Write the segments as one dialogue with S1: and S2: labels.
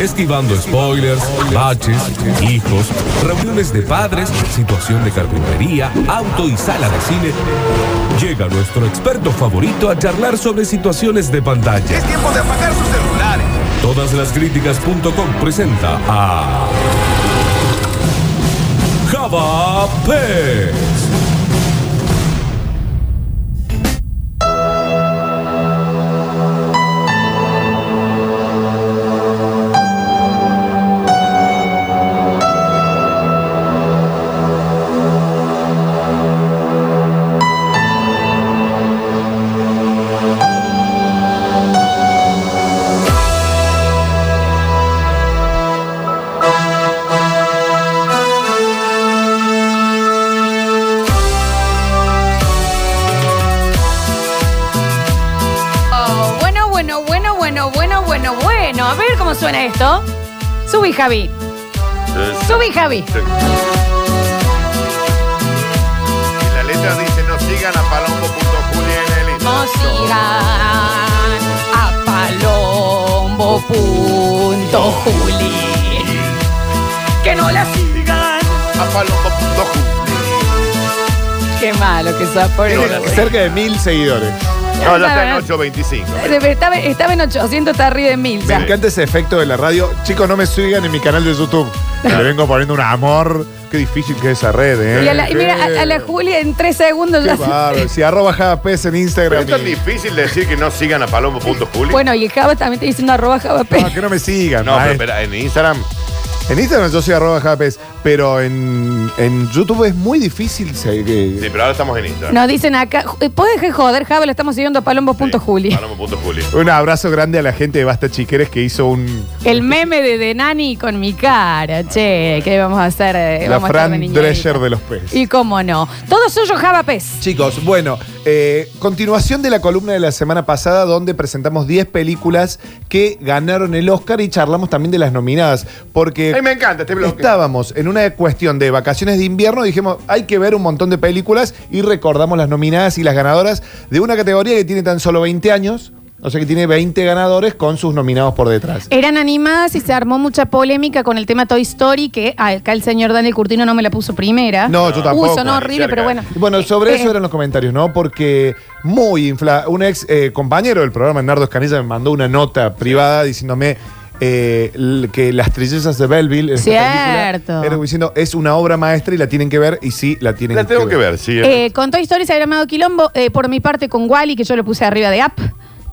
S1: esquivando spoilers, baches, hijos, reuniones de padres, situación de carpintería, auto y sala de cine. Llega nuestro experto favorito a charlar sobre situaciones de pantalla.
S2: Es tiempo de apagar sus celulares.
S1: Todaslaskríticas.com presenta a Java Pérez.
S3: Oh, bueno, bueno, bueno, bueno, bueno, bueno, bueno. A ver cómo suena esto. Subí, Javi. Subí, Javi.
S2: Y la letra dice, no sigan a palombo.juli en el
S3: No sigan a palombo.juli. Que no la sigan.
S2: A palombo.juli.
S3: Qué malo que sea por
S2: Pero
S3: eso.
S2: la-
S4: Cerca de mil seguidores.
S2: No, la está en 825.
S3: Estaba, estaba en 800, está arriba de 1000
S4: Me
S3: ya.
S4: encanta ese efecto de la radio. Chicos, no me sigan en mi canal de YouTube. Que Le vengo poniendo un amor. Qué difícil que es esa red, ¿eh?
S3: Y, a la, y mira, a, a la Julia en 3 segundos
S4: Qué
S3: ya.
S4: bárbaro. Si arroba JPS en
S2: Pero
S4: Instagram.
S2: es tan
S4: y-
S2: difícil decir que no sigan a palombo.juli.
S3: Bueno, y el Java también está diciendo arroba Java P.
S4: No, Ah, que no me sigan.
S2: no, pero
S4: maestro.
S2: espera, en Instagram.
S4: En Instagram yo soy arroba JPS, pero en, en YouTube es muy difícil. se- que-
S2: Sí, pero ahora estamos en Instagram.
S3: Nos dicen acá, ju- ¿puedes dejar de joder, Java? Lo estamos siguiendo a palombo.juli.
S2: Palombo.juli.
S4: Un abrazo grande a la gente de Basta Chiqueres que hizo un.
S3: El meme de, de Nani con mi cara, che, ¿qué vamos a hacer? Eh,
S4: la
S3: vamos a estar de
S4: Fran
S3: niñerita.
S4: Drescher de los peces.
S3: Y cómo no. Todo suyo, Java Pez.
S4: Chicos, bueno, eh, continuación de la columna de la semana pasada donde presentamos 10 películas que ganaron el Oscar y charlamos también de las nominadas, porque
S2: Ay, me encanta este bloque.
S4: estábamos en una cuestión de vacaciones de invierno, dijimos, hay que ver un montón de películas y recordamos las nominadas y las ganadoras de una categoría que tiene tan solo 20 años, o sea que tiene 20 ganadores con sus nominados por detrás.
S3: Eran animadas y se armó mucha polémica con el tema Toy Story, que ah, acá el señor Daniel Curtino no me la puso primera.
S4: No, yo tampoco.
S3: Uy, sonó horrible,
S2: Cerca.
S3: pero bueno.
S4: Y Bueno, sobre
S3: Eh,
S4: eso eran los comentarios, ¿no? Porque muy infla. Un ex eh, compañero del programa, Bernardo Escanilla, me mandó una nota privada diciéndome eh, l- que Las Trillezas de Belleville. esta
S3: Cierto.
S4: película, era diciendo, es una obra maestra y la tienen que ver, y sí, la tienen
S2: La tengo que ver, sí.
S3: eh, con Toy Story se había armado Quilombo, eh, por mi parte con Wally, que yo lo puse arriba de App.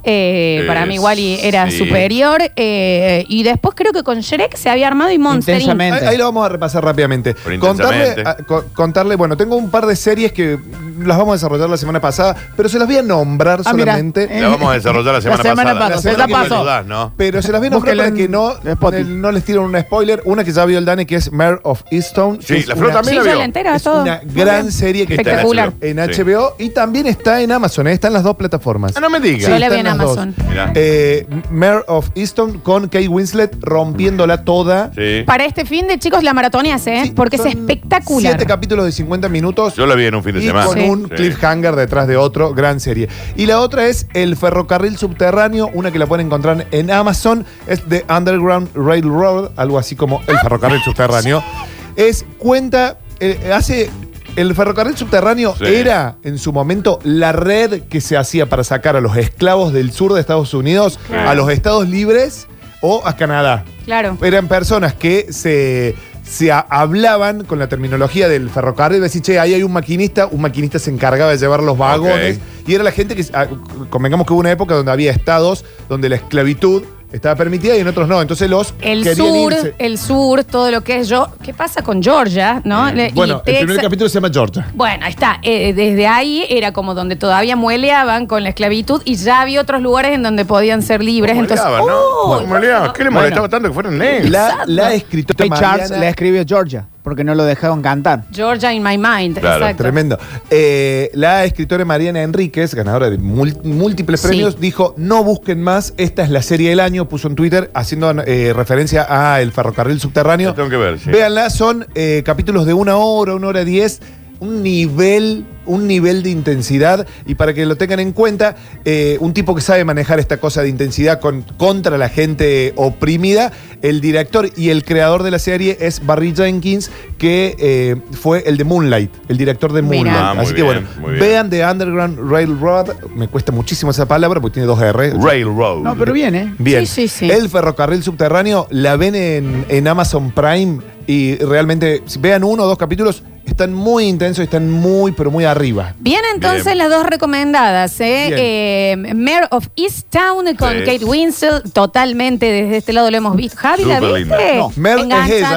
S3: Eh,
S2: Eh,
S3: para mí Wally era
S2: sí.
S3: superior. eh, y después creo que con Shrek se había armado y Monster Inc.
S5: Intensamente.
S4: Ahí, ahí lo vamos a repasar rápidamente.
S2: Pero
S4: Contarle,
S2: intensamente.
S4: a- co- contarle, bueno, tengo un par de series que las vamos a desarrollar la semana pasada, pero se las voy a nombrar
S5: Ah, mira.
S4: solamente.
S5: Eh,
S2: La vamos a desarrollar la semana,
S5: semana
S2: pasada.
S5: pasada,
S4: se la
S2: que
S4: pasó.
S2: me ayudás, ¿no?
S4: Pero se las viene a nombrar
S5: Búsquela
S4: para que
S5: en
S4: no,
S5: Spotify.
S4: eh, no les tiren un spoiler. Una que ya vio el Dani, que es Mare of Easttown.
S2: Sí,
S4: que es
S2: la flor
S4: una-
S2: también
S3: Sí,
S2: la
S3: yo
S2: veo.
S3: la entera,
S4: Es
S3: todo.
S4: una
S3: Muy
S4: gran
S3: bien.
S4: serie que está en
S3: Espectacular.
S4: HBO, en
S2: Sí.
S4: HBO y también está en Amazon. eh, Está en las dos plataformas.
S2: Ah, no me digas.
S3: Yo la
S4: está
S3: vi
S4: las
S3: en
S4: dos.
S3: Amazon.
S2: Mirá.
S4: Eh, Mare of Easttown con Kate Winslet rompiéndola toda.
S2: Sí.
S3: Para este fin de chicos la maratoneas, ¿eh?
S4: Sí,
S3: Porque es
S4: son
S3: espectacular.
S4: Siete capítulos de 50 minutos.
S2: Yo la vi en un fin de
S4: Y
S2: semana.
S4: con
S3: Sí.
S4: un
S2: Sí.
S4: cliffhanger detrás de otro, gran serie. Y la otra es El Ferrocarril Subterráneo, una que la pueden encontrar en Amazon, es The Underground Railroad, algo así como El Ferrocarril Subterráneo. Es cuenta, eh, hace... El ferrocarril subterráneo
S2: Sí.
S4: era en su momento la red que se hacía para sacar a los esclavos del sur de Estados Unidos,
S2: Claro.
S4: a los estados libres o a Canadá.
S3: Claro.
S4: Eran personas que se, se a- hablaban con la terminología del ferrocarril. Decían, che, ahí hay un maquinista. Un maquinista se encargaba de llevar los vagones. Y era la gente que, ah, convengamos que hubo una época donde había estados donde la esclavitud estaba permitida y en otros no. Entonces los
S3: El
S4: querían
S3: sur, eh,
S4: irse.
S3: el sur, todo lo que es yo. ¿Qué pasa con Georgia? ¿No? Le- y
S4: Bueno, el primer
S3: Texas-
S4: capítulo se llama Georgia.
S3: Bueno, ahí está. Eh, desde ahí era como donde todavía mueleaban con la esclavitud y ya había otros lugares en donde podían ser libres. Entonces,
S2: Moleaba, ¿no?
S3: ¡Oh!
S2: Moleaba. ¿Qué le molestaba tanto que fueran negros?
S4: La, la escritora
S5: Ray Charles
S4: Mariana-
S5: la escribió Georgia, porque no lo dejaron cantar.
S3: Georgia in my mind.
S2: Claro.
S3: Exacto.
S4: Tremendo. Eh, la escritora Mariana Enríquez, ganadora de mul- múltiples
S3: Sí.
S4: premios, dijo, no busquen más, esta es la serie del año, puso en Twitter haciendo eh, referencia a El Ferrocarril Subterráneo.
S2: La tengo que ver, sí.
S4: Véanla, son eh, capítulos de una hora, una hora diez. un nivel, un nivel de intensidad. Y para que lo tengan en cuenta, eh, un tipo que sabe manejar esta cosa de intensidad con- contra la gente oprimida, el director y el creador de la serie es Barry Jenkins, que eh, fue el de Moonlight, el director de
S3: Mira.
S4: Moonlight.
S2: Ah, muy
S4: Así que
S2: bien, muy
S4: bueno,
S2: bien.
S4: vean The Underground Railroad. Me cuesta muchísimo esa palabra porque tiene dos R.
S2: Railroad.
S5: No, pero bien, ¿eh?
S4: Bien.
S3: Sí, sí, sí.
S4: El ferrocarril subterráneo la ven en, en Amazon Prime y realmente, si vean uno o dos capítulos, están muy intensos, están muy, pero muy arriba.
S3: Bien, entonces
S2: Bien.
S3: las dos recomendadas. ¿eh? Eh, Mayor of East Town con
S2: Sí.
S3: Kate Winslet, totalmente desde este lado lo hemos visto. Javi, ¿la
S2: Súper
S3: viste?
S2: linda.
S4: No, Mer es ella,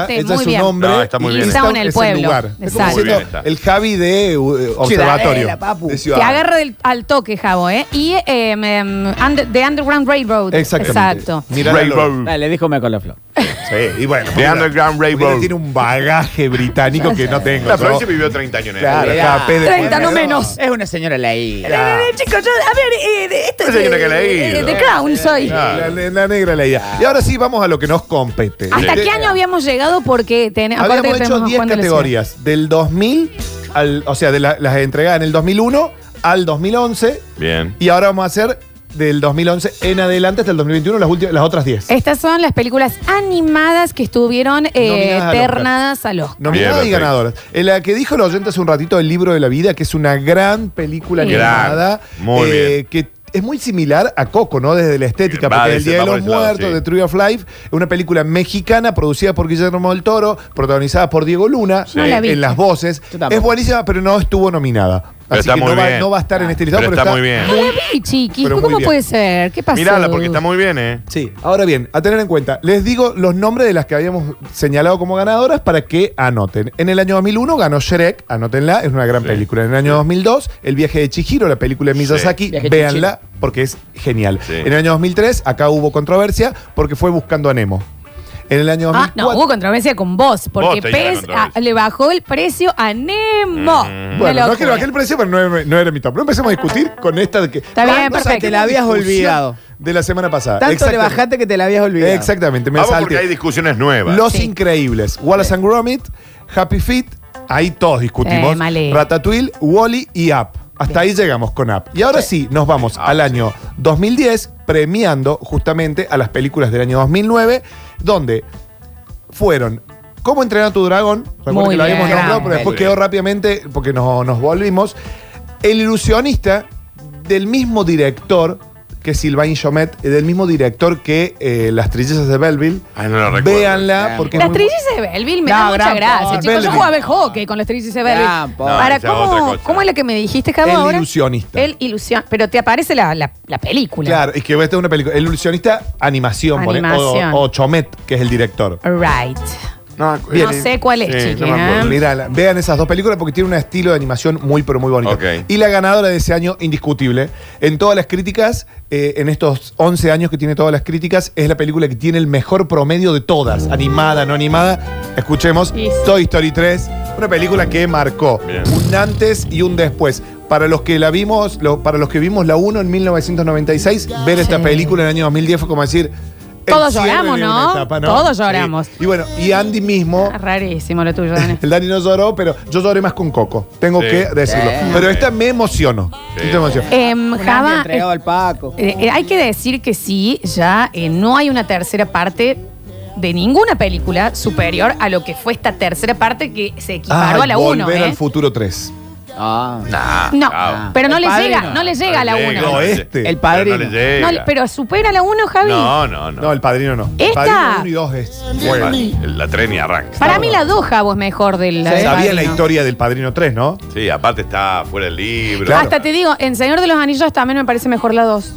S3: Enganchate,
S4: ella
S3: muy
S4: es su
S3: bien.
S4: nombre.
S2: No, está muy
S4: y
S2: bien.
S4: East
S3: Está en
S4: Town
S3: el
S4: es
S3: pueblo.
S4: lugar. Es como
S3: Exacto.
S4: diciendo
S2: Muy bien está.
S4: el Javi de eh, observatorio.
S5: Ciudadela, papu.
S4: De
S3: Te
S4: ciudad.
S3: agarra del- al toque, Javo, ¿eh? Y eh, em, under- The Underground Railroad.
S4: Exactamente.
S3: Exacto.
S4: Mirá la
S2: Railroad.
S5: Dale, dijo me con la flor.
S4: Sí, y bueno. pues
S2: The Underground Railroad.
S4: Mira, Tiene un bagaje británico que no tengo.
S2: La
S4: yo.
S2: provincia vivió 30 años en el
S4: Claro,
S5: Mirá.
S4: capé de-
S3: 30 no menos.
S5: Es una señora leí.
S3: Chicos, yo, a ver, eh, de- esto
S2: Esa es una que la he
S3: de-
S2: ido.
S3: de Crown soy.
S4: La, la- la negra la idea. Y ahora sí, vamos a lo que nos compete.
S3: ¿Hasta
S4: Sí.
S3: qué año habíamos llegado? Porque ten, aparte
S4: Habíamos
S3: que
S4: hecho
S3: tenemos
S4: 10
S3: Juan de la Ciudad.
S4: categorías, del 2000, al, o sea, de la- las entregadas en el 2001 al 2011,
S2: Bien.
S4: y ahora vamos a hacer del 2011 en adelante hasta el 2021 las, últimas, las otras 10.
S3: Estas son las películas animadas que estuvieron eh,
S4: Nominadas al Oscar.
S3: ternadas al Oscar.
S4: Nominadas y
S2: Bien, perfecto.
S4: ganadoras. En la que dijo el oyente hace un ratito, El libro de la vida, que es una gran película
S3: Gran.
S4: animada. eh,
S2: Muy bien.
S4: Que es muy similar a Coco, ¿no? Desde la estética,
S2: Va
S4: porque
S2: de
S4: El
S2: ese-
S4: Día
S2: va
S4: de
S2: por
S4: los
S2: ese lado,
S4: Muertos,
S2: sí.
S4: de Tree of Life, es una película mexicana producida por Guillermo del Toro, protagonizada por Diego Luna,
S2: No
S3: la vi.
S4: en las voces.
S5: Yo tampoco.
S4: Es buenísima, pero no estuvo nominada.
S2: Pero
S4: Así
S2: está
S4: que
S2: muy
S4: no va,
S2: bien.
S4: no va a estar en este listado,
S2: Pero
S4: pero,
S2: está muy bien.
S3: No la vi, chiqui.
S4: Pero muy
S3: ¿Cómo
S4: bien.
S3: puede ser? ¿Qué pasó?
S2: Mirala porque está muy bien, ¿eh?
S4: Sí, ahora bien, a tener en cuenta, les digo los nombres de las que habíamos señalado como ganadoras para que anoten. En el año 2001 ganó Shrek, anótenla, es una gran
S2: Sí.
S4: película. En el año 2002, El viaje de Chihiro, la película de Miyazaki,
S5: Viaje de
S4: véanla porque es genial.
S2: Sí.
S4: En el año 2003, acá hubo controversia porque fue buscando a Nemo. En el año
S3: Ah,
S4: 2004,
S3: no, hubo controversia con vos, porque
S2: Vos tenías la
S3: PES
S2: controversia.
S3: ah, le bajó el precio a Nemo. Una
S4: Mm. bueno, no es que
S3: locura.
S4: le bajé el precio, pero no, era- no era mi top. No empecemos a discutir con esta de que. Ah,
S3: Está bien,
S4: ¿Cuántos
S3: perfecto.
S4: años
S3: Te la
S5: habías
S4: discusión
S5: olvidado.
S4: De la semana pasada.
S5: Tanto le
S4: Exactamente.
S5: bajaste que te la habías olvidado.
S4: Exactamente, me
S2: Vamos
S4: salté.
S2: porque hay discusiones nuevas.
S4: Los
S3: Sí.
S4: Increíbles, Wallace and Gromit, Happy Feet, ahí todos discutimos.
S3: Eh, malé.
S4: Ratatouille, Wally y Up. Hasta ahí llegamos con Up. Y ahora sí, nos vamos
S2: Ah,
S4: al año 2010, premiando justamente a las películas del año 2009, donde fueron ¿Cómo entrenar a tu dragón? Recuerden
S3: Muy
S4: que lo habíamos
S3: bien.
S4: nombrado, pero
S5: Gran
S4: después
S2: peli.
S4: quedó rápidamente porque nos, nos volvimos. El ilusionista del mismo director que Sylvain Chomet, eh, del mismo director que eh, Las Trillizas de Belleville.
S2: Ay, Ah, no lo recuerdo.
S4: Véanla
S5: Gran
S4: porque es
S3: Las
S4: muy-
S3: trillices de Belleville me
S5: No,
S3: da mucha
S5: gran
S3: gracia,
S5: por-
S3: chicos. Yo
S4: Belleville.
S3: jugaba al hockey con los trillices de Belleville.
S5: Gran por-
S3: Para,
S2: No, esa es otra
S3: ¿cómo,
S2: cosa.
S3: ¿Cómo es la que me dijiste, Cabo,
S4: El
S3: ahora?
S4: ilusionista.
S3: El ilusión. Pero te aparece la, la- la película.
S4: Claro, es que esta es una película. El ilusionista, animación, pone, o-
S3: Animación.
S4: o, Chomet, que es el director.
S3: Right.
S2: No,
S3: Bien. No sé cuál es,
S2: Sí,
S3: chiqui,
S2: me acuerdo.
S3: ¿eh?
S4: Mirala, vean esas dos películas porque tiene un estilo de animación muy, pero muy bonito.
S2: Ok.
S4: Y la ganadora de ese año, indiscutible, en todas las críticas, eh, en estos 11 años que tiene todas las críticas, es la película que tiene el mejor promedio de todas, animada, no animada. Escuchemos
S3: Sí.
S4: Toy Story 3, una película que marcó
S2: Bien.
S4: un antes y un después. Para los que la vimos, lo- para los que vimos la 1 en 1996, ver esta
S3: Sí.
S4: película en el año 2010 fue como decir... el
S3: Todos
S4: cierre
S3: lloramos,
S4: de
S3: ¿no?
S4: una etapa,
S3: Todos
S4: Sí.
S3: lloramos.
S4: Y bueno, y Andy mismo
S3: Rarísimo lo tuyo, Dani.
S4: el Dani no lloró, pero yo lloré más con Coco. Tengo
S2: Sí.
S4: que decirlo.
S5: Sí.
S4: Pero esta me emocionó.
S2: Sí.
S4: Esta emoción.
S3: Em,
S5: Un Andy
S3: Java,
S5: entregado al Paco.
S3: eh, eh, hay que decir que sí, ya eh, no hay una tercera parte de ninguna película superior a lo que fue esta tercera parte que se equiparó
S4: Ah,
S3: a la ¿eh? 1.
S4: volver al futuro 3.
S5: Ah.
S2: Nah,
S3: No,
S2: chao.
S3: pero no
S5: El
S3: le
S5: padrino.
S3: llega, no le llega a la
S2: No llega,
S3: 1.
S4: No,
S2: no le-
S4: este.
S5: El
S2: Pero
S5: padrino.
S2: no le llega.
S3: pero supera la 1, Javi.
S2: No, no, no.
S4: No, el padrino no.
S3: Esta.
S4: Padrino 1 y 2 es.
S2: Bueno, la tren y arranca.
S3: Para mí la 2, Javo, es mejor de la de
S4: Sabía la
S3: Padrino.
S4: historia del padrino 3, ¿no?
S2: Sí, aparte está fuera del libro.
S4: Claro.
S3: Hasta te digo, en Señor de los Anillos también me parece mejor la 2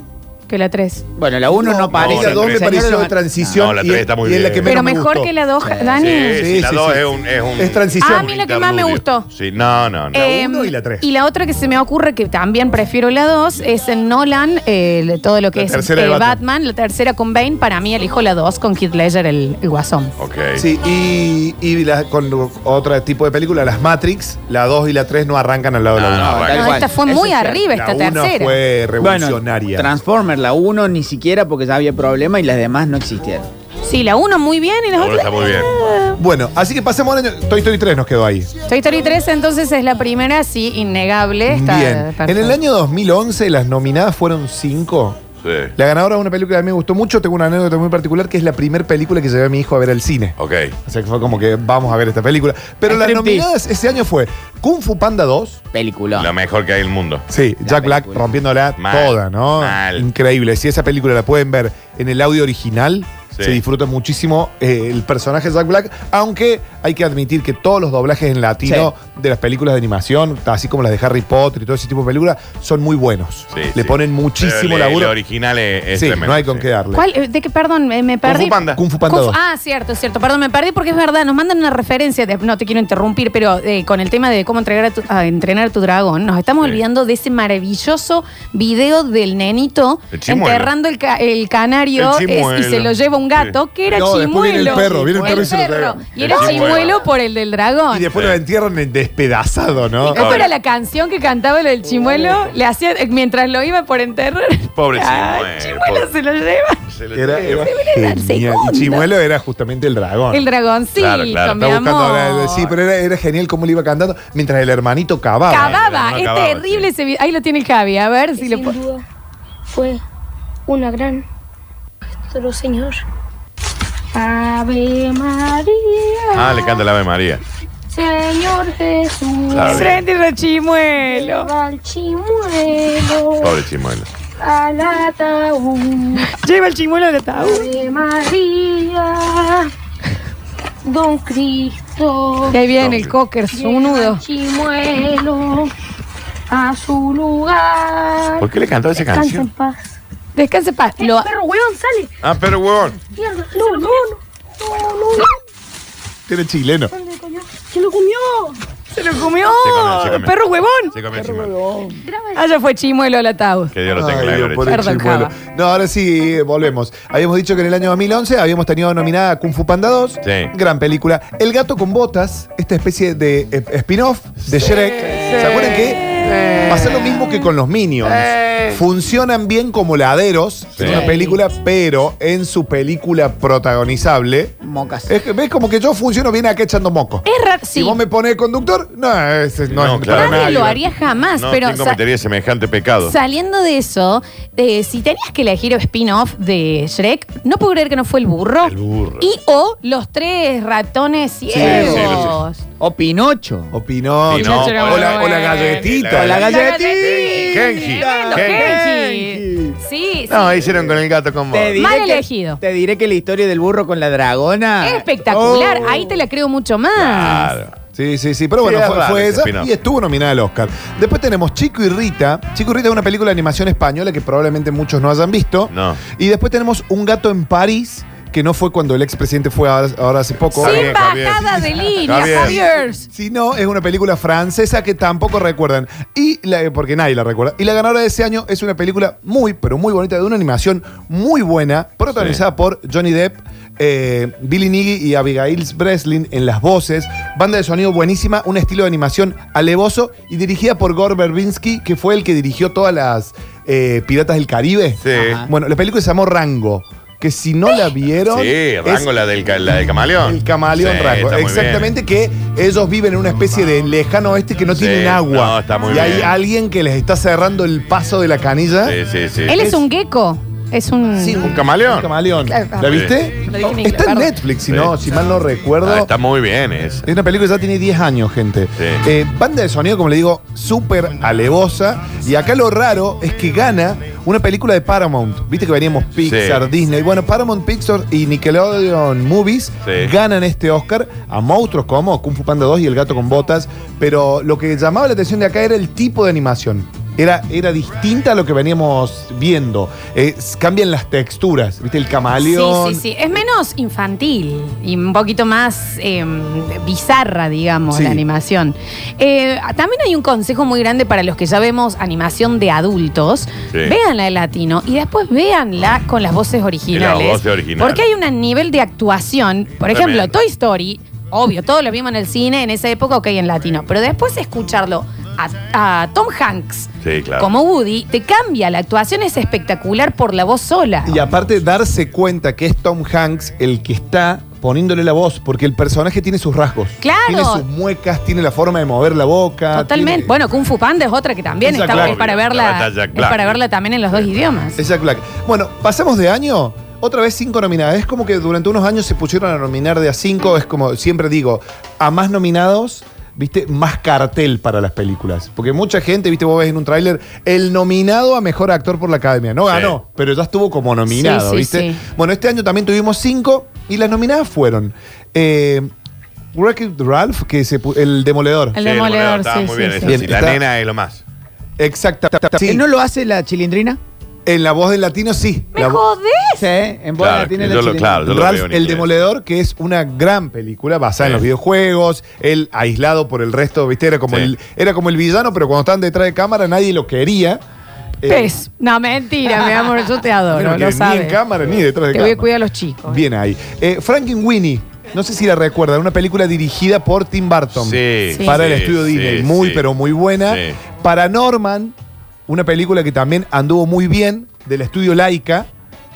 S3: que la 3.
S5: Bueno, la 1 no, parece.
S4: La 2 me
S2: Señor
S4: pareció de transición.
S2: No, la
S4: y-
S2: tres está muy
S4: y es la
S2: bien.
S4: que menos
S3: Pero
S4: me
S3: mejor
S4: gustó.
S3: que la 2, Dani.
S2: Sí, sí,
S4: Sí,
S2: la
S4: sí,
S2: 2
S4: sí.
S2: es un, es un.
S4: Es transición.
S3: Ah, a mí la que más me
S2: interludio.
S3: gustó.
S2: Sí, no, no, no.
S3: Eh,
S4: uno y la tres.
S3: y la otra que se me ocurre, que también prefiero la 2, es en Nolan, eh, el- todo lo que
S4: La
S3: es
S4: tercera de
S3: eh,
S4: Batman.
S3: Batman. la tercera con Bane, para mí elijo la 2 con Heath Ledger, el, el guasón.
S2: ok.
S4: Sí, y, y la- con otro tipo de película, las Matrix, la 2 y la 3 no arrancan al lado
S2: No,
S4: de
S2: Ah, no,
S4: la 1.
S2: arranca.
S5: Tal
S3: No,
S5: cual.
S3: esta fue
S5: Ah, Eso
S3: muy
S5: es cierto.
S3: arriba, esta
S4: la 1
S3: tercera.
S4: fue
S5: Bueno,
S4: revolucionaria.
S5: Transformer, la 1 ni siquiera porque ya había problema y las demás no existieron.
S3: Sí, la uno muy bien y las
S2: Uno
S3: otras.
S2: está muy bien.
S4: Bueno, así que pasemos al año. Toy Story 3 nos quedó ahí.
S3: Toy Story 3 entonces es la primera, sí, innegable. Está
S4: Bien. En
S3: perfecto.
S4: el año 2011 las nominadas fueron 5.
S2: Sí.
S4: La ganadora de una película que a mí me gustó mucho, tengo una anécdota muy particular, que es la primera película que llevé a mi hijo a ver al cine.
S2: Ok.
S4: O sea que fue como que vamos a ver esta película. Pero las
S5: Striptease.
S4: nominadas ese año fue Kung Fu Panda 2.
S5: Película.
S2: Lo mejor que hay en el mundo.
S4: Sí,
S5: La
S4: Jack Black
S5: película.
S4: rompiéndola
S2: Mal,
S4: toda, ¿no?
S2: mal.
S4: Increíble. Si esa película la pueden ver en el audio original,
S2: Sí.
S4: se disfruta muchísimo eh, el personaje de Jack Black, aunque hay que admitir que todos los doblajes en latino de las películas de animación, así como las de Harry Potter y todo ese tipo de películas, son muy buenos.
S2: Sí,
S4: Le
S2: sí.
S4: ponen muchísimo
S2: Pero el-
S4: laburo.
S2: El original es, es
S4: sí,
S2: tremendo,
S4: no hay con
S2: sí.
S4: qué darle.
S3: ¿Cuál? Eh, ¿De qué? Perdón, eh, me
S2: Kung
S3: perdí.
S2: Fu Panda.
S4: Kung Fu Panda
S3: Kung Fu-
S4: 2.
S3: Ah, cierto, cierto. Perdón, me perdí porque es verdad. Nos mandan una referencia. de- no te quiero interrumpir, pero eh, con el tema de cómo entregar a tu- a entrenar a tu dragón, nos estamos
S2: Sí.
S3: olvidando de ese maravilloso video del nenito
S2: El chimuelo.
S3: enterrando el, ca- el canario
S2: El
S3: es- y
S2: chimuelo.
S3: se lo lleva un gato,
S2: Sí.
S3: que era
S4: No, después
S3: chimuelo.
S4: viene el perro, viene el perro y
S3: y
S4: se lo traga.
S3: Y era
S2: El chimuelo.
S3: chimuelo por el del dragón.
S4: Y después lo entierran en despedazado, ¿no?
S3: ¿Cómo
S2: Ahora.
S3: era la canción que cantaba lo del chimuelo? Le hacía eh, mientras lo iba por enterrar.
S2: Oh. Pobre
S3: Ah,
S2: chimuelo,
S3: chimuelo
S2: pobre.
S3: se lo lleva.
S2: Se lo
S4: Era,
S2: lleva.
S4: era
S3: la
S4: genial.
S3: segunda.
S4: Y Chimuelo era justamente el dragón.
S3: El dragoncito,
S2: Claro, claro.
S3: mi
S4: Está buscando
S3: amor.
S4: ahora el- Sí, pero era, era genial cómo le iba cantando mientras el hermanito cavaba.
S3: Cavaba,
S2: No
S3: es
S2: acababa,
S3: terrible
S2: sí.
S3: ese video. Ahí lo tiene el Javi, a ver si
S6: que
S3: lo
S6: sin
S3: po-
S6: duda fue una gran solo señor. Ave María.
S2: Ah, le canta el Ave María.
S6: Señor Jesús.
S2: Claro.
S3: Frente a chimuelo.
S6: Lleva al chimuelo
S2: Pobre chimuelo.
S6: al ataúd.
S3: Lleva el chimuelo al ataúd.
S6: Ave María. Don Cristo.
S3: Y ahí viene el cocker,
S6: Lleva
S3: su nudo.
S6: al chimuelo a su lugar.
S2: ¿Por qué le cantó esa
S6: Descansa en
S2: canción?
S6: paz.
S3: Descanse en paz. Lo-
S6: Perro, weón, sale.
S2: Ah, pero huevón.
S6: Mierda. No, no, no. No, no, no.
S4: Este Era chileno.
S6: ¿Dónde coño? ¿Quién lo comió?
S3: se lo comió.
S2: Se comió, se comió.
S3: Perro huevón.
S2: Se comió el chimuelo.
S6: Graba el-
S3: Allá fue chimuelo al ataúd.
S2: Que Dios lo tenga
S4: Ay,
S2: en la
S4: Dios,
S2: gloria.
S4: pobre
S3: Perdón,
S4: Chimuelo.
S3: Java.
S4: No, ahora sí, eh, volvemos. Habíamos dicho que en el año 2011 habíamos tenido nominada Kung Fu Panda 2.
S2: Sí.
S4: Gran película. El gato con botas, esta especie de eh, spin-off de Shrek. ¿Se acuerdan que pasa lo mismo que con los Minions? Funcionan bien como laderos en
S2: Sí.
S4: una película, pero en su película protagonizable.
S5: Mocas.
S4: Es, que- ves como que yo funciono bien acá echando moco.
S3: Es raro,
S4: Si
S3: sí.
S4: vos me pones conductor, no, ese no,
S2: No,
S4: es
S2: claro.
S4: para
S3: Nadie
S4: nadie.
S3: lo haría jamás,
S2: No,
S3: Ah, pero
S2: ¿quién
S3: sa-
S2: cometería semejante pecado?
S3: saliendo de eso, eh, si tenías que elegir un spin-off de Shrek, no puedo creer que no fue el burro.
S2: El burro.
S3: Y o los tres ratones ciegos.
S5: O Pinocho.
S4: O Pinocchio.
S2: Sí, no,
S4: o,
S2: pero
S4: la,
S3: bueno.
S4: o la galletita.
S5: O la
S2: galleta.
S5: galletita.
S2: Genji.
S3: Tremendo, Genji.
S5: Genji.
S3: Sí, sí.
S2: No, hicieron con el gato con vos.
S5: Te diré
S3: Mal
S5: que-
S3: elegido.
S5: Te diré que la historia del burro con la dragona.
S3: Es espectacular.
S5: Oh.
S3: Ahí te la creo mucho más.
S2: ah, Claro.
S4: Sí, sí, sí, pero bueno,
S2: Sí, es
S4: fue,
S2: raro
S4: fue
S2: ese
S4: esa
S2: spin-off.
S4: y estuvo nominada al Oscar. Después tenemos Chico y Rita. Chico y Rita es una película de animación española que probablemente muchos no hayan visto.
S2: No.
S4: Y después tenemos Un gato en París, que no fue cuando el expresidente fue ahora, ahora hace poco.
S2: Sí.
S3: Sin
S2: Javier, Javier.
S3: bajada de línea,
S2: Javier.
S3: Javier.
S4: Si no, es una película francesa que tampoco recuerdan. Y la- porque nadie la recuerda. Y la ganadora de ese año es una película muy, pero muy bonita, de una animación muy buena, protagonizada por Johnny Depp, eh, Billy Nighy y Abigail Breslin en las voces. Banda de sonido buenísima, un estilo de animación alevoso y dirigida por Gore Verbinski, que fue el que dirigió todas las eh, Piratas del Caribe.
S2: Sí.
S5: Ajá.
S4: Bueno, la película se llamó Rango. Que si no la vieron.
S2: Sí,
S4: es
S2: Rango, la del, ca- la del camaleón.
S4: el camaleón
S2: Sí,
S4: Rango.
S2: está muy
S4: Exactamente que ellos viven en una especie de lejano oeste que no
S2: Sí,
S4: tienen agua.
S2: no, está muy
S4: y hay
S2: bien.
S4: alguien que les está cerrando el paso de la canilla.
S2: bien. Sí, sí, sí.
S3: Él es un gecko. Es un.
S2: ¿Un camaleón?
S4: Un camaleón.
S3: Ah, ah.
S4: ¿La viste? Oh,
S3: Lo dije en inglés,
S4: Está en
S3: perdón.
S4: Netflix, si,
S2: Sí.
S4: no, si mal no recuerdo.
S2: Ah, está muy bien ese.
S4: Es una película que ya tiene 10 años, gente.
S2: Sí.
S4: Eh, banda de sonido, como le digo, súper alevosa. Y acá lo raro es que gana una película de Paramount. Viste que veníamos Pixar,
S2: Sí.
S4: Disney. Bueno, Paramount Pixar y Nickelodeon Movies
S2: Sí.
S4: ganan este Oscar a monstruos como Kung Fu Panda 2 y El Gato con Botas. Pero lo que llamaba la atención de acá era el tipo de animación. Era, era distinta a lo que veníamos viendo. Eh, cambian las texturas, ¿viste? El
S3: Sí,
S4: camaleón.
S3: sí, sí. Es menos infantil y un poquito más eh, bizarra, digamos,
S4: Sí.
S3: la animación. Eh, también hay un consejo muy grande para los que ya vemos animación de adultos.
S2: Sí.
S3: Véanla en latino y después véanla con las voces originales.
S2: voces originales.
S3: Porque hay un nivel de actuación. Por ejemplo,
S2: Tremendo.
S3: Toy Story, obvio, todos lo vimos en el cine en esa época, ok, en latino. Pero después escucharlo a, a Tom Hanks
S2: Sí, claro.
S3: como Woody, te cambia. La actuación es espectacular por la voz sola.
S4: Y aparte darse cuenta que es Tom Hanks el que está poniéndole la voz, porque el personaje tiene sus rasgos.
S3: Claro.
S4: Tiene sus muecas, tiene la forma de mover la boca.
S3: Totalmente.
S4: tiene-
S3: Bueno, Kung Fu Panda es otra que también
S4: Esa,
S3: está,
S4: claro.
S3: es para
S2: La
S3: verla.
S2: batalla,
S3: es
S2: claro.
S3: para verla también en los dos idiomas.
S4: Es Jack Black. Bueno, pasamos de año. Otra vez cinco nominadas. Es como que durante unos años se pusieron a nominar de a cinco. Es como siempre digo, a más nominados, viste, más cartel para las películas. Porque mucha gente, viste, vos ves en un tráiler, el nominado a mejor actor por la academia. No
S2: Sí.
S4: ganó, pero ya estuvo como nominado,
S3: Sí, sí,
S4: viste.
S3: sí.
S4: Bueno, este año también tuvimos cinco y las nominadas fueron. Eh, Wreck-It Ralph, que se pu- el demoledor.
S3: El
S2: Sí,
S3: demoledor,
S2: Estaba
S3: sí,
S2: muy
S3: sí,
S2: bien.
S3: sí.
S2: eso
S4: Bien,
S2: sí, La
S4: está-
S2: nena es lo más.
S4: Exacta. sí.
S5: ¿No lo hace la chilindrina?
S4: En la voz del latino, sí.
S3: ¡Me
S4: La vo-
S3: jodés!
S5: Sí, en bola
S2: Claro,
S5: tiene
S2: que
S5: la
S2: yo lo,
S5: chilindrina.
S2: claro, yo lo
S4: Ralph
S2: veo en
S4: el
S2: inglés.
S4: Demoledor, que es una gran película basada en
S2: Sí.
S4: los videojuegos, él aislado por el resto, ¿viste? Era como,
S2: Sí.
S4: el, era como el villano, pero cuando estaban detrás de cámara nadie lo quería. Eh,
S3: Pes. No, mentira, mi amor, yo te
S4: pero
S3: adoro,
S4: que
S3: lo
S4: ni en
S3: sabes.
S4: cámara ni detrás de
S3: Te voy
S4: cámara.
S3: a cuidar a los chicos.
S4: Bien ahí. Eh, Frankenweenie, no sé si la recuerdan, una película dirigida por Tim Burton
S2: Sí,
S3: Sí.
S4: para el
S2: sí,
S4: estudio
S2: sí,
S4: Disney. Muy,
S2: sí.
S4: pero muy buena.
S2: Sí.
S4: Paranorman, una película que también anduvo muy bien del estudio Laika,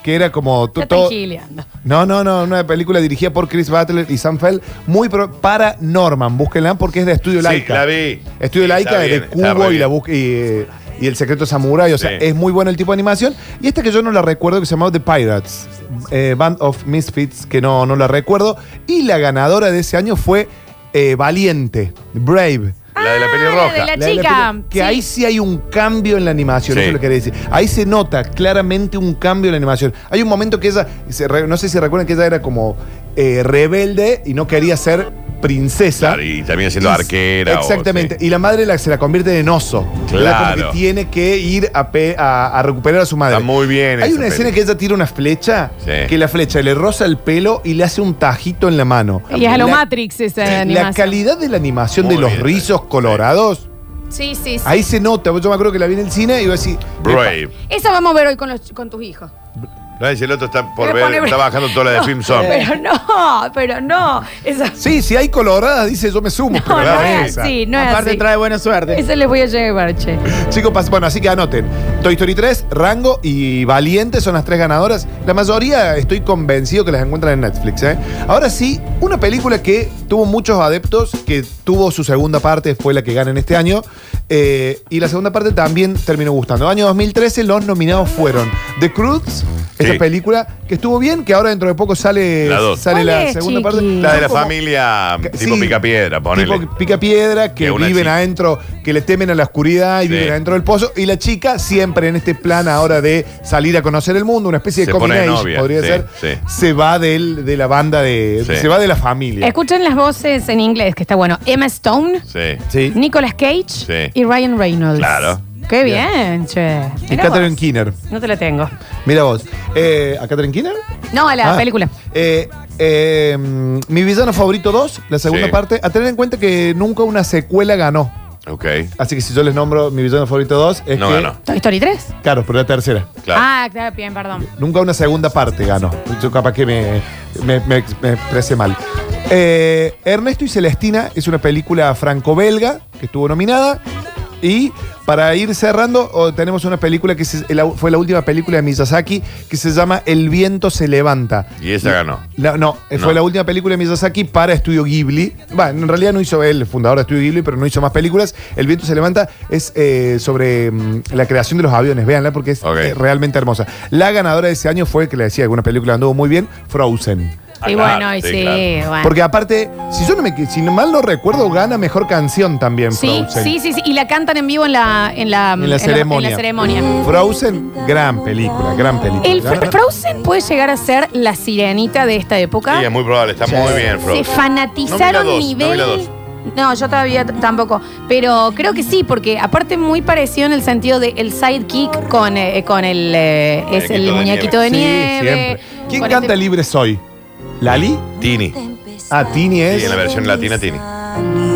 S4: que era como to-
S3: Ya
S4: todo-
S3: están gileando.
S4: no, no, no, una película dirigida por Chris Butler y Sam Feld, muy pro- para Norman, búsquenla porque es de Estudio
S2: Sí,
S4: Laika.
S2: la vi.
S4: Estudio
S2: Sí,
S4: Laika
S2: está
S4: de
S2: bien, está
S4: Cubo
S2: re
S4: y, la
S2: bien.
S4: bus- y, eh, y El Secreto Samurai, o sea,
S2: Sí.
S4: es muy bueno el tipo de animación. Y esta que yo no la recuerdo, que se llamaba The Pirates, eh, Band of Misfits, que no, no la recuerdo. Y la ganadora de ese año fue eh, Valiente, Brave.
S2: La de la pelirroja.
S3: Ah, la de
S4: La de
S3: la
S4: la
S3: chica.
S4: película, que
S3: sí.
S4: ahí sí hay un cambio en la animación,
S2: Sí.
S4: eso es lo que quería decir. Ahí se nota claramente un cambio en la animación. Hay un momento que ella, se re- no sé si recuerdan que ella era como eh, rebelde y no quería ser princesa.
S2: Claro, y también siendo
S4: Y-
S2: arquera. o-
S4: Exactamente.
S2: sí.
S4: Y la madre la, se la convierte en oso.
S2: Claro.
S4: ¿verdad? Como que tiene que ir a, pe- a- a recuperar a su madre.
S2: Está muy bien
S4: Hay
S2: esa
S4: una escena
S2: peli.
S4: que ella tira una flecha,
S2: Sí.
S4: que la flecha le roza el pelo y le hace un tajito en la mano.
S3: Y es a lo
S4: La-
S3: Matrix esa
S4: La
S3: animación.
S4: calidad de la animación
S2: Muy
S4: de los
S2: bien.
S4: rizos
S2: Sí.
S4: colorados.
S3: Sí, sí, sí.
S4: Ahí se nota, yo me acuerdo que la vi en el cine y iba a decir.
S2: Brave.
S3: Esa vamos a ver hoy con, los, con tus hijos.
S2: No, dice, el otro está por
S3: Pero
S2: ver,
S3: pone-
S2: está bajando toda la de
S3: No,
S2: Film Song.
S4: Eh.
S3: Pero no, pero no. Esa,
S4: Sí, si hay coloradas, dice yo me sumo.
S3: no,
S4: pero la
S3: no
S4: ven
S3: es
S4: esa.
S3: así, no es
S5: Aparte
S3: así.
S5: trae buena suerte.
S3: Esa les voy a llevar, che.
S4: Chicos, pas- bueno, así que anoten. Toy Story 3, Rango y Valiente son las tres ganadoras. La mayoría estoy convencido que las encuentran en Netflix. ¿eh? Ahora sí, una película que tuvo muchos adeptos, que tuvo su segunda parte, fue la que gana en este año. eh, y la segunda parte también terminó gustando. Año 2013, los nominados fueron The Cruz, esa
S2: Sí.
S4: película que estuvo bien, que ahora dentro de poco sale
S2: La dos.
S4: sale
S3: ¿Cuál
S4: la
S3: es,
S4: segunda
S3: chiqui?
S4: parte.
S2: La de la
S4: Como-
S2: familia mm, tipo
S4: Sí.
S2: pica piedra, ponele.
S4: Tipo pica piedra, que
S2: De una
S4: viven
S2: chica.
S4: adentro, que le temen a la oscuridad y
S2: Sí.
S4: viven adentro del pozo. Y la chica siempre en este plan ahora de salir a conocer el mundo, una especie de
S2: Se
S4: coming
S2: pone
S4: age,
S2: novia,
S4: podría
S2: sí,
S4: ser.
S2: sí.
S4: Se va del, de la banda de.
S2: Sí.
S4: Se va de la familia.
S3: Escuchen las voces en inglés, que está bueno. Emma Stone,
S2: Sí.
S4: sí.
S3: Nicolas Cage
S2: Sí.
S3: y Ryan Reynolds.
S2: Claro.
S3: Qué bien, che.
S4: Y
S3: Mirá
S4: Catherine
S3: vos.
S4: Keener.
S3: No te la tengo.
S4: Mira vos. Eh, ¿A Catherine Keener?
S3: No, a la
S4: Ah.
S3: película.
S4: Eh, eh, mm, Mi villano favorito 2, la segunda
S2: Sí.
S4: parte. A tener en cuenta que nunca una secuela ganó.
S2: Ok.
S4: Así que si yo les nombro mi villano favorito 2, es
S2: No
S4: que.
S2: ganó.
S3: Toy Story 3.
S4: Claro, pero la tercera.
S2: Claro.
S3: Ah, claro, bien, perdón.
S4: Nunca una segunda parte ganó. Yo capaz que me, me, me- me expresé mal. Eh, Ernesto y Celestina es una película franco-belga que estuvo nominada. Y para ir cerrando, o- tenemos una película que se- la- fue la última película de Miyazaki que se llama El viento se levanta.
S2: Y esa ganó.
S4: La- no, eh, fue
S2: No.
S4: la última película de Miyazaki para Estudio Ghibli. Bueno, en realidad no hizo él, el fundador de Estudio Ghibli, pero no hizo más películas. El viento se levanta es eh, sobre mm, la creación de los aviones, véanla porque es
S2: Ok.
S4: eh, realmente hermosa. La ganadora de ese año fue, que le decía, alguna película anduvo muy bien, Frozen.
S2: Ah,
S3: y
S2: claro,
S3: bueno, y sí,
S2: sí, claro.
S3: bueno.
S4: Porque aparte, si yo no me, si mal no recuerdo, gana mejor canción también
S3: Sí,
S4: Frozen.
S3: sí, sí, sí. Y la cantan en vivo en la, en la,
S4: En la ceremonia.
S3: en la ceremonia.
S2: Mm.
S4: Frozen, gran película, gran película.
S3: El
S4: Gana-
S3: Fro- Frozen puede llegar a ser la sirenita de esta época.
S2: Sí, es muy probable. Está muy bien, Frodo.
S3: Se fanatizaron
S2: No vi la dos, no vi
S3: nivel.
S2: la
S3: No, yo todavía t- tampoco. Pero creo que sí, porque aparte muy parecido en el sentido de el sidekick con, eh, con el, eh, es el muñequito
S2: Muñequito
S3: de
S4: Sí,
S3: nieve.
S4: siempre. ¿Quién
S3: Con
S4: canta
S3: este-
S4: Libre Soy? ¿Lali?
S2: Tini.
S4: Ah, Tini es.
S2: Sí, en la versión latina Tini.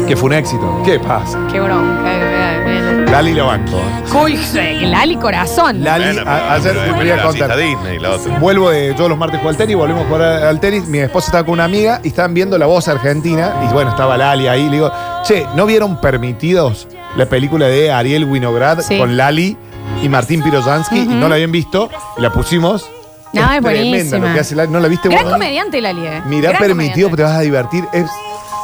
S4: Que fue un éxito. ¿Qué pasa?
S3: Qué bronca. eh, eh, eh.
S4: Lali lo banco.
S3: Uy, Lali Corazón.
S4: Lali,
S2: Bueno,
S4: a-
S2: pero-
S4: ayer
S2: pero
S4: me quería
S2: la cita
S4: contar.
S2: Disney, la otra.
S4: Vuelvo de yo los martes juego al tenis, volvemos a jugar al tenis. Mi esposa estaba con una amiga y estaban viendo la voz argentina. Y bueno, estaba Lali ahí. Le digo, che, ¿no vieron permitidos? la película de Ariel Winograd
S3: Sí.
S4: con Lali y Martín Pirozansky y no la habían visto, y la pusimos.
S3: No,
S4: tremenda
S3: es buenísima.
S4: lo que hace Lali. ¿No la viste
S3: Gran
S4: vos?
S3: comediante Lali, eh.
S4: Mirá
S3: Gran
S4: permitido, pero
S3: comediante.
S4: te vas a divertir. Es,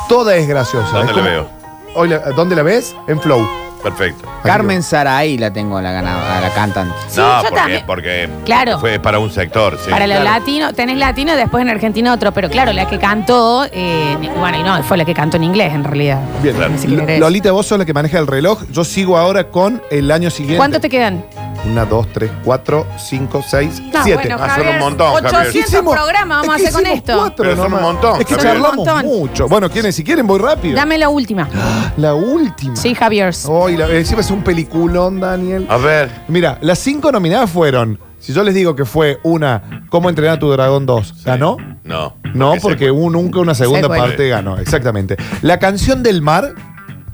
S4: toda es graciosa.
S2: ¿Dónde
S4: Es
S2: la
S4: como-
S2: veo?
S4: Hoy la- ¿Dónde la ves? En Flow.
S2: Perfecto.
S5: Carmen Saray la tengo, la ganadora, la cantante.
S3: Sí,
S2: no,
S3: yo
S2: porque,
S3: también.
S2: porque
S3: Claro.
S2: fue para un sector. sí.
S3: Para los latinos, tenés latino, después en Argentina otro, pero claro, la que cantó, eh, ni- bueno, y no, fue la que cantó en inglés en realidad.
S4: Bien.
S2: Claro.
S3: Así que
S4: Lo-
S3: eres.
S4: Lolita, vos sos la que maneja el reloj. Yo sigo ahora con el año siguiente.
S3: ¿Cuánto te quedan?
S4: Una, dos, tres, cuatro, cinco, seis,
S3: No,
S4: siete.
S3: bueno,
S2: Ah, son un
S3: Javier,
S2: montón, Javier.
S3: 800
S4: Hicimos-
S3: programas vamos
S4: es que
S3: a hacer con
S4: hicimos
S3: esto.
S4: cuatro
S2: Pero son un
S4: nomás.
S2: montón,
S4: Es que
S2: Javier.
S4: charlamos
S3: Un montón.
S4: mucho. Bueno, quieren, si quieren, voy rápido.
S3: Dame la última.
S4: La última.
S3: Sí, Javier.
S4: Hoy, la- eh, encima es un peliculón, Daniel.
S2: A ver.
S4: Mira, las cinco nominadas fueron. Si yo les digo que fue una, ¿Cómo entrenar a tu dragón 2? ¿Ganó?
S2: No.
S4: No, porque un- nunca una segunda
S3: Secuela.
S4: parte ganó. Exactamente. La canción del mar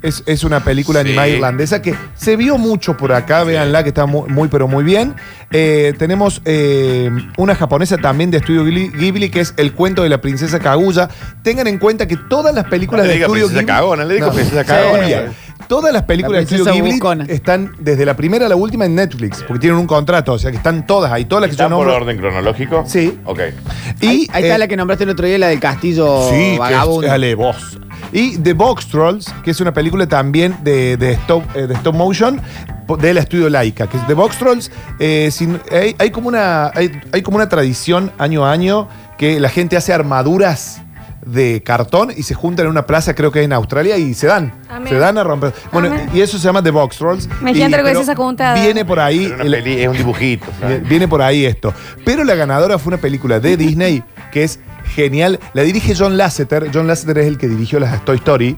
S4: es, es una película
S2: Sí.
S4: animada irlandesa que se vio mucho por acá, véanla, que está muy, muy, pero muy bien. Eh, tenemos eh, una japonesa también de estudio Ghibli, Ghibli, que es El cuento de la princesa Kaguya. Tengan en cuenta que todas las películas
S2: No le
S4: de
S2: diga
S4: estudio
S2: princesa
S4: Ghibli.
S2: cagona, le digo princesa
S4: sí.
S2: cagona, güey.
S4: Todas las películas
S5: La
S4: de estudio
S5: princesa
S4: Ghibli
S5: buscona.
S4: están desde la primera a la última en Netflix, porque tienen un contrato, o sea que están todas ahí, todas las que yo
S2: ¿Están por
S4: nombro.
S2: orden cronológico?
S4: Sí.
S2: Ok.
S4: Y,
S5: ahí, ahí está
S4: eh,
S5: la que nombraste el otro día, la del castillo
S4: Sí, que
S5: vagabundo.
S4: es alevoso. Y The Box Trolls, que es una película también de, de stop, eh, de stop motion po- del estudio Laika. Que es The Box Trolls, eh, sin- hay, hay como una, hay, hay como una tradición año a año que la gente hace armaduras de cartón y se juntan en una plaza, creo que en Australia, y se dan.
S3: Amén.
S4: Se dan a romper. Bueno,
S3: Amén.
S4: y eso se llama The Box Trolls.
S3: Ah, Me
S4: Y-
S3: siento orgullosa
S4: pero
S3: esa juntada.
S4: Viene por ahí.
S2: Pero una
S4: el-
S2: peli- es un dibujito.
S4: Bien,
S2: ¿sabes?
S4: Viene por ahí esto. Pero la ganadora fue una película de Disney que es genial. La dirige John Lasseter. John Lasseter es el que dirigió las Toy Story.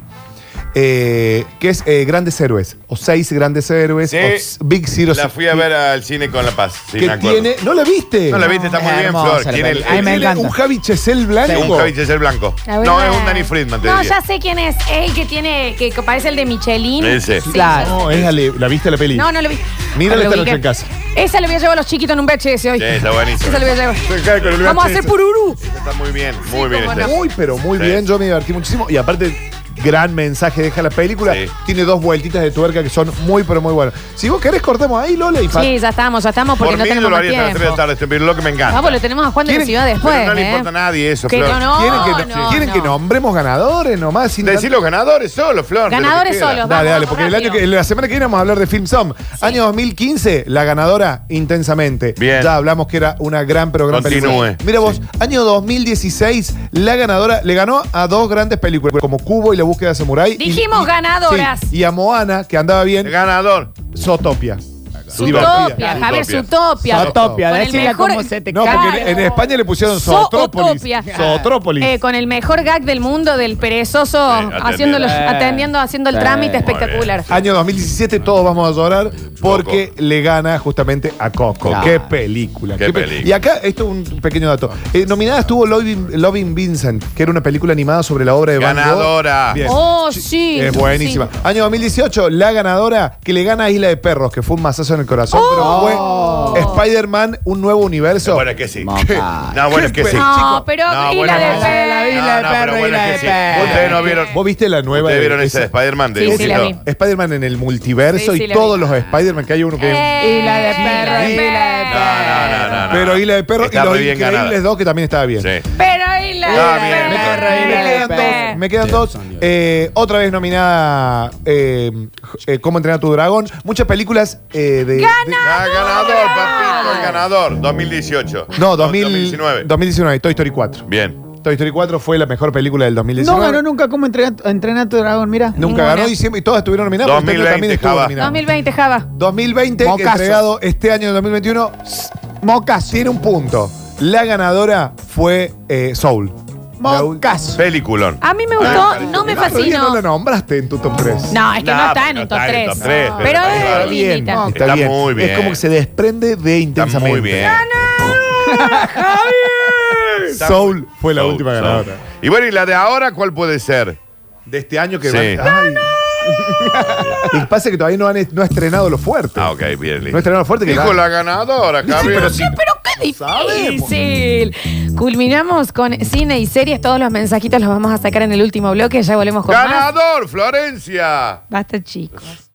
S4: eh, que es eh, Grandes Héroes. O Seis Grandes Héroes.
S2: Sí.
S4: o s- Big Zero.
S2: La fui a ver al cine con La Paz. Sí, me
S4: que
S2: acuerdo.
S4: tiene. eh, ¿No la viste?
S2: No la viste, está
S5: No,
S2: muy
S5: es
S2: bien,
S5: hermosa
S2: Flor.
S5: la
S2: Tiene el,
S5: peli. Ay, me
S2: el-
S4: Tiene
S5: encanta.
S4: Un Javi Chesel
S2: un
S4: blanco.
S2: Javi Chesel blanco.
S3: La
S2: No,
S3: verdad.
S2: es un Danny Friedman, te
S3: No,
S2: diría.
S3: ya sé quién es. El que tiene, que que parece el de Michelin.
S2: Ese.
S3: Sí,
S5: Claro.
S4: Ah, No, es ale- ¿La viste la peli?
S3: No, no lo vi.
S4: Mírala
S3: No lo
S4: esta noche
S3: ubiqué.
S4: en casa.
S3: Esa le voy a llevar a los chiquitos en un VHS hoy.
S2: Sí, está buenísimo.
S3: Esa le voy a llevar.
S4: cae con el
S3: Vamos a
S4: VHS.
S3: hacer pururú.
S2: Está muy bien, muy
S3: Sí,
S2: bien.
S3: cómo
S2: este.
S3: no.
S4: Muy, pero muy
S2: Sí.
S4: bien. Yo me divertí muchísimo. Y aparte, gran mensaje deja la película.
S2: Sí.
S4: Tiene dos vueltitas de tuerca que son muy, pero muy buenas. Si vos querés, cortamos ahí, Lola. Y fa-
S3: Sí, ya estamos, ya estamos porque
S2: Por
S3: no
S2: mí yo
S3: tenemos
S2: lo
S3: más
S2: haría hasta las 3 de la
S3: tiempo.
S2: tarde, este lo que me encanta.
S3: Vamos, lo tenemos a Juan de la
S4: ¿Quieren-
S3: Ciudad después.
S2: Pero no le
S3: ¿eh?
S2: importa a nadie eso,
S3: Que
S2: Flor.
S3: no, no.
S4: ¿Quieren, que, quieren
S3: no.
S4: que nombremos ganadores nomás? Sin
S2: Decí los ganadores solo, Flor. de lo que
S3: Ganadores
S2: queda.
S3: solo.
S4: Dale,
S3: Vamos,
S4: dale, porque el
S3: rápido.
S4: año que- la semana que viene vamos a hablar de Film Som. Año 2015, la ganadora intensamente.
S2: Bien.
S4: Ya hablamos que era una gran programa.
S2: Continúe.
S4: Mira vos, año 2016, la ganadora le ganó a dos grandes películas, como Cubo y La búsqueda de Samurai. y-
S3: Dijimos
S4: y-
S3: ganadoras.
S4: sí, y a Moana, que andaba
S2: El
S4: bien,
S2: ganador.
S4: Zootopia.
S3: Zootopia, Javier, Zootopia.
S5: Zootopia,
S3: Con el
S5: decila
S3: mejor-
S5: cómo se te
S4: No,
S5: cae.
S4: porque en, en España le pusieron Zootrópolis.
S3: Zootopia.
S4: Zootrópolis.
S3: Eh, con el mejor gag del mundo del perezoso
S2: atendiendo.
S3: haciéndolo,
S5: Sí.
S3: atendiendo, haciendo el
S5: Sí.
S3: trámite
S5: Muy
S3: espectacular.
S4: Año
S2: Ah.
S4: 2017 todos vamos a llorar porque le gana justamente a Coco.
S5: Claro.
S4: Qué película.
S2: Qué
S4: pe-
S2: película.
S4: Y acá, esto es un pequeño dato. Eh, nominada estuvo Loving, Loving Vincent, que era una película animada sobre la obra de Van Gogh.
S2: Ganadora.
S4: Bien.
S3: Oh, sí.
S4: Es buenísima.
S3: Sí.
S4: Año 2018, la ganadora que le gana a Isla de Perros, que fue un masazo en el corazón,
S3: Oh.
S4: pero fue Spider-Man, un nuevo universo.
S2: Bueno, es que sí.
S5: Mamá.
S2: No, bueno, es que sí.
S3: No, pero
S2: No,
S3: y
S2: bueno,
S3: la de
S2: no.
S3: Fer.
S5: Isla
S2: No,
S5: de
S2: no, pero
S5: perro,
S2: bueno,
S5: isla
S2: es que sí.
S5: de perro.
S2: Ustedes no vieron.
S4: ¿Vos viste la nueva?
S2: Ustedes
S4: de-
S2: vieron esa
S4: esa-
S2: de Spider-Man de
S3: Sí, sí, la
S2: Ucito?
S3: vi.
S4: Spider-Man en el multiverso
S3: Sí, sí,
S4: y
S3: la
S4: todos
S3: vi.
S4: los Spider-Man que hay uno que...
S3: Eh,
S5: Isla de perro,
S3: Isla de
S5: isla de
S3: perro.
S2: No, no, no, no, no.
S4: Pero Isla de Perros y
S2: Está
S4: los
S2: re bien
S4: Increíbles
S2: ganada.
S4: 2 que también estaba bien.
S2: Sí.
S3: Pero Isla
S2: Está
S3: de
S2: bien,
S3: perro.
S2: Nico.
S3: Isla de
S5: Isla de
S3: perro.
S4: Me quedan dos. Eh, otra vez nominada eh, eh, Cómo entrenar a tu dragón. Muchas películas eh, de, de-
S2: Ah, ganador, papito, el ganador. 2018.
S4: No, 2000
S2: 2019.
S4: 2019, Toy Story 4.
S2: Bien.
S4: Toy Story 4 fue la mejor película del
S5: No
S4: 2019.
S5: ganó nunca cómo entrenar, entrenar tu dragón, mira.
S4: Nunca
S3: Ninguna.
S4: ganó y, siempre- y todas estuvieron nominadas. porque este año
S2: 2020,
S4: estuvo
S2: Java.
S4: nominada.
S3: 2020, Java.
S4: 2020, que
S5: Mocazo.
S4: entregado este año 2021,
S5: Mocas.
S4: tiene un punto. La ganadora fue eh, Soul. La u-
S5: Mocas.
S2: Peliculón.
S3: A mí me
S2: Ah,
S3: gustó,
S2: parece
S3: no me
S4: El otro día no
S3: fascinó.
S4: la nombraste en tu top 3.
S3: No, es que no,
S2: No,
S3: está
S2: pero
S3: en
S2: no
S3: un top
S2: está en el
S3: 3.
S2: top tres, pero
S3: Pero
S2: está
S3: es
S2: bien.
S3: linda.
S4: Está,
S2: Está
S4: bien.
S2: muy bien.
S4: Es como que se desprende de
S2: Está
S4: intensamente.
S2: muy bien. Está
S4: Soul
S2: muy-
S4: fue la
S2: Soul,
S4: última
S2: Soul.
S4: ganadora.
S2: Y bueno, ¿y la de ahora cuál puede ser?
S4: De este año que
S2: Sí.
S4: van- ¡Ay! Y pasa que todavía no han no ha estrenado lo fuerte.
S2: Ah, ok, bien. listo.
S4: No estrenado fuerte que
S2: Dijo
S4: gana.
S2: la ganadora, Javier.
S3: Pero qué difícil. Culminamos con cine y series. Todos los mensajitos los vamos a sacar en el último bloque. Ya volvemos con más.
S2: ¡Ganador, Florencia!
S3: Basta, chicos.